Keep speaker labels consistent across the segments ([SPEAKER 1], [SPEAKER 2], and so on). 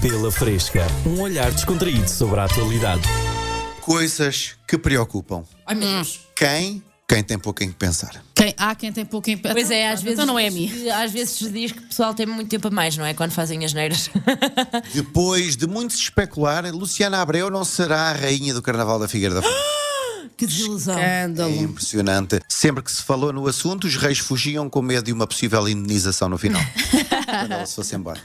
[SPEAKER 1] Pela Fresca, um olhar descontraído sobre a atualidade.
[SPEAKER 2] Coisas que preocupam.
[SPEAKER 3] Ai, meu Deus.
[SPEAKER 2] Quem? Quem tem pouco em que pensar.
[SPEAKER 4] Hum. Quem, há quem tem pouco em
[SPEAKER 5] Pois é, às vezes.
[SPEAKER 4] Então não é a mim.
[SPEAKER 5] Às vezes se diz que o pessoal tem muito tempo a mais, não é? Quando fazem as neiras.
[SPEAKER 2] Depois de muito se especular, Luciana Abreu não será a rainha do Carnaval da Figueira da Foz.
[SPEAKER 5] que desilusão.
[SPEAKER 2] É
[SPEAKER 4] Escândalo.
[SPEAKER 2] impressionante. Sempre que se falou no assunto, os reis fugiam com medo de uma possível indenização no final. Quando ela se fosse embora.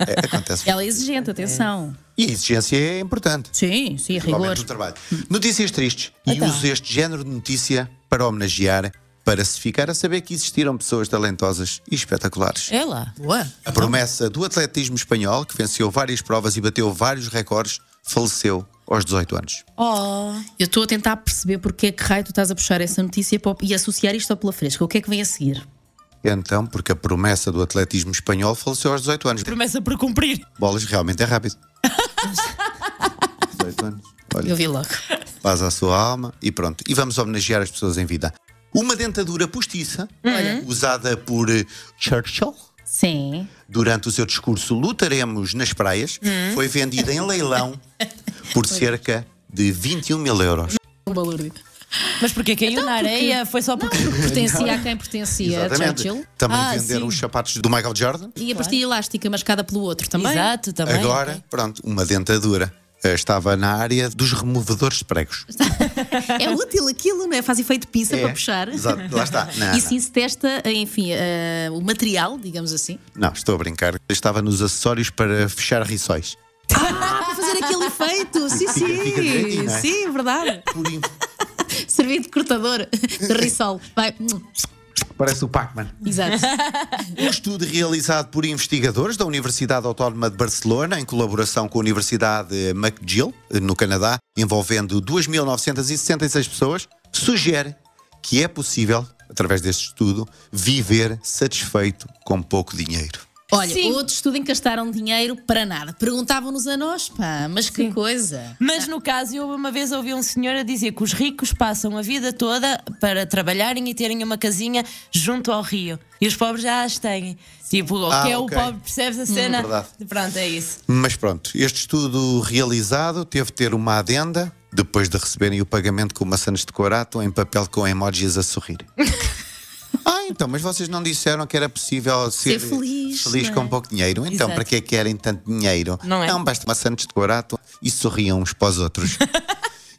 [SPEAKER 2] É, acontece.
[SPEAKER 4] Ela é exigente, atenção.
[SPEAKER 2] E a exigência é importante.
[SPEAKER 4] Sim, sim, rigor. Então.
[SPEAKER 2] Igualmente no trabalho. Notícias tristes. E uso este género de notícia para homenagear, para se ficar a saber que existiram pessoas talentosas e espetaculares.
[SPEAKER 5] É lá.
[SPEAKER 4] Boa.
[SPEAKER 2] A promessa do atletismo espanhol, que venceu várias provas e bateu vários recordes, faleceu aos 18 anos.
[SPEAKER 5] Oh.
[SPEAKER 4] Eu estou a tentar perceber porque é que raio tu estás a puxar essa notícia para o- e associar isto ao Pela Fresca. O que é que vem a seguir?
[SPEAKER 2] Então, porque a promessa do atletismo espanhol faleceu aos 18 anos.
[SPEAKER 5] Promessa por cumprir.
[SPEAKER 2] Bolas realmente é rápido. 18 anos.
[SPEAKER 4] Eu
[SPEAKER 2] Olha,
[SPEAKER 4] vi logo.
[SPEAKER 2] paz à sua alma e pronto. E vamos homenagear as pessoas em vida. Uma dentadura postiça, usada por eh, Churchill
[SPEAKER 4] Sim.
[SPEAKER 2] durante o seu discurso Lutaremos nas Praias, foi vendida em leilão por cerca de 21 mil euros.
[SPEAKER 4] Um balurdito.
[SPEAKER 5] Mas Então, porquê caiu na areia? Foi só porque.
[SPEAKER 4] Pertencia a quem pertencia, a Churchill.
[SPEAKER 2] Também
[SPEAKER 5] Ah,
[SPEAKER 2] venderam
[SPEAKER 5] sim.
[SPEAKER 2] os sapatos do Michael Jordan.
[SPEAKER 4] E a pastilha elástica mascada pelo outro também.
[SPEAKER 5] Exato, também.
[SPEAKER 2] Agora, pronto, uma dentadura. Eh, Estava na área dos removedores de pregos.
[SPEAKER 4] É útil aquilo, não é? Faz efeito pinça
[SPEAKER 2] É,
[SPEAKER 4] para puxar.
[SPEAKER 2] exato, lá está. Não,
[SPEAKER 4] e sim se testa, enfim, eh, o material, digamos assim.
[SPEAKER 2] Não, estou a brincar. Estava nos acessórios para fechar riçóis.
[SPEAKER 4] Ah, para fazer aquele efeito! Sim,
[SPEAKER 2] Fica-
[SPEAKER 4] sim!
[SPEAKER 2] fica direitinho, não é?
[SPEAKER 4] Sim, verdade.
[SPEAKER 2] Por in-
[SPEAKER 4] Servir de cortador, de risol. Vai.
[SPEAKER 2] Parece o Pac-Man.
[SPEAKER 4] Exato.
[SPEAKER 2] Um estudo realizado por investigadores da Universidade Autónoma de Barcelona, em colaboração com a Universidade McGill, no Canadá, envolvendo 2.966 pessoas, sugere que é possível, através deste estudo, viver satisfeito com pouco dinheiro.
[SPEAKER 4] Olha,
[SPEAKER 5] Sim.
[SPEAKER 4] outros estudo encastaram dinheiro para nada. Perguntavam-nos a nós, pá, mas que coisa.
[SPEAKER 5] Mas no caso, eu uma vez ouvi um senhor a dizer que os ricos passam a vida toda para trabalharem e terem uma casinha junto ao rio. E os pobres já as têm. Tipo, o
[SPEAKER 2] Ah,
[SPEAKER 5] que é o
[SPEAKER 2] ok. Hum,
[SPEAKER 5] pobre? Percebes a cena?
[SPEAKER 2] verdade.
[SPEAKER 5] Pronto, é isso.
[SPEAKER 2] Mas pronto, este estudo realizado teve de ter uma adenda depois de receberem o pagamento com maçãs de corato em papel com emojis a sorrir. ah, então, mas vocês não disseram que era possível ser,
[SPEAKER 4] Ser feliz, não é?
[SPEAKER 2] com pouco dinheiro. Então,
[SPEAKER 5] Exato.
[SPEAKER 2] para que é que querem tanto dinheiro?
[SPEAKER 5] Não é?
[SPEAKER 2] basta maçãs de corato e sorriam uns para os outros.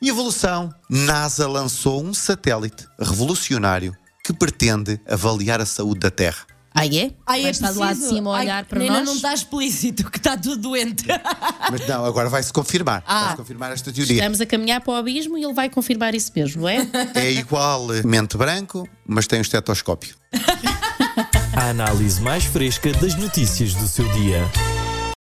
[SPEAKER 2] Evolução. NASA lançou um satélite revolucionário que pretende avaliar a saúde da Terra.
[SPEAKER 4] Aí é?
[SPEAKER 5] Ai,
[SPEAKER 4] Vai estar do lado de
[SPEAKER 5] preciso.
[SPEAKER 4] cima a
[SPEAKER 5] Ai,
[SPEAKER 4] olhar para
[SPEAKER 5] Nina,
[SPEAKER 4] nós.
[SPEAKER 5] não está explícito que está tudo doente.
[SPEAKER 2] Mas não, agora vai-se confirmar.
[SPEAKER 5] Ah.
[SPEAKER 2] Vai-se confirmar esta teoria.
[SPEAKER 4] Estamos a caminhar para o abismo e ele vai confirmar isso mesmo, não é?
[SPEAKER 2] É igualmente branco, mas tem um estetoscópio.
[SPEAKER 1] A análise mais fresca das notícias do seu dia.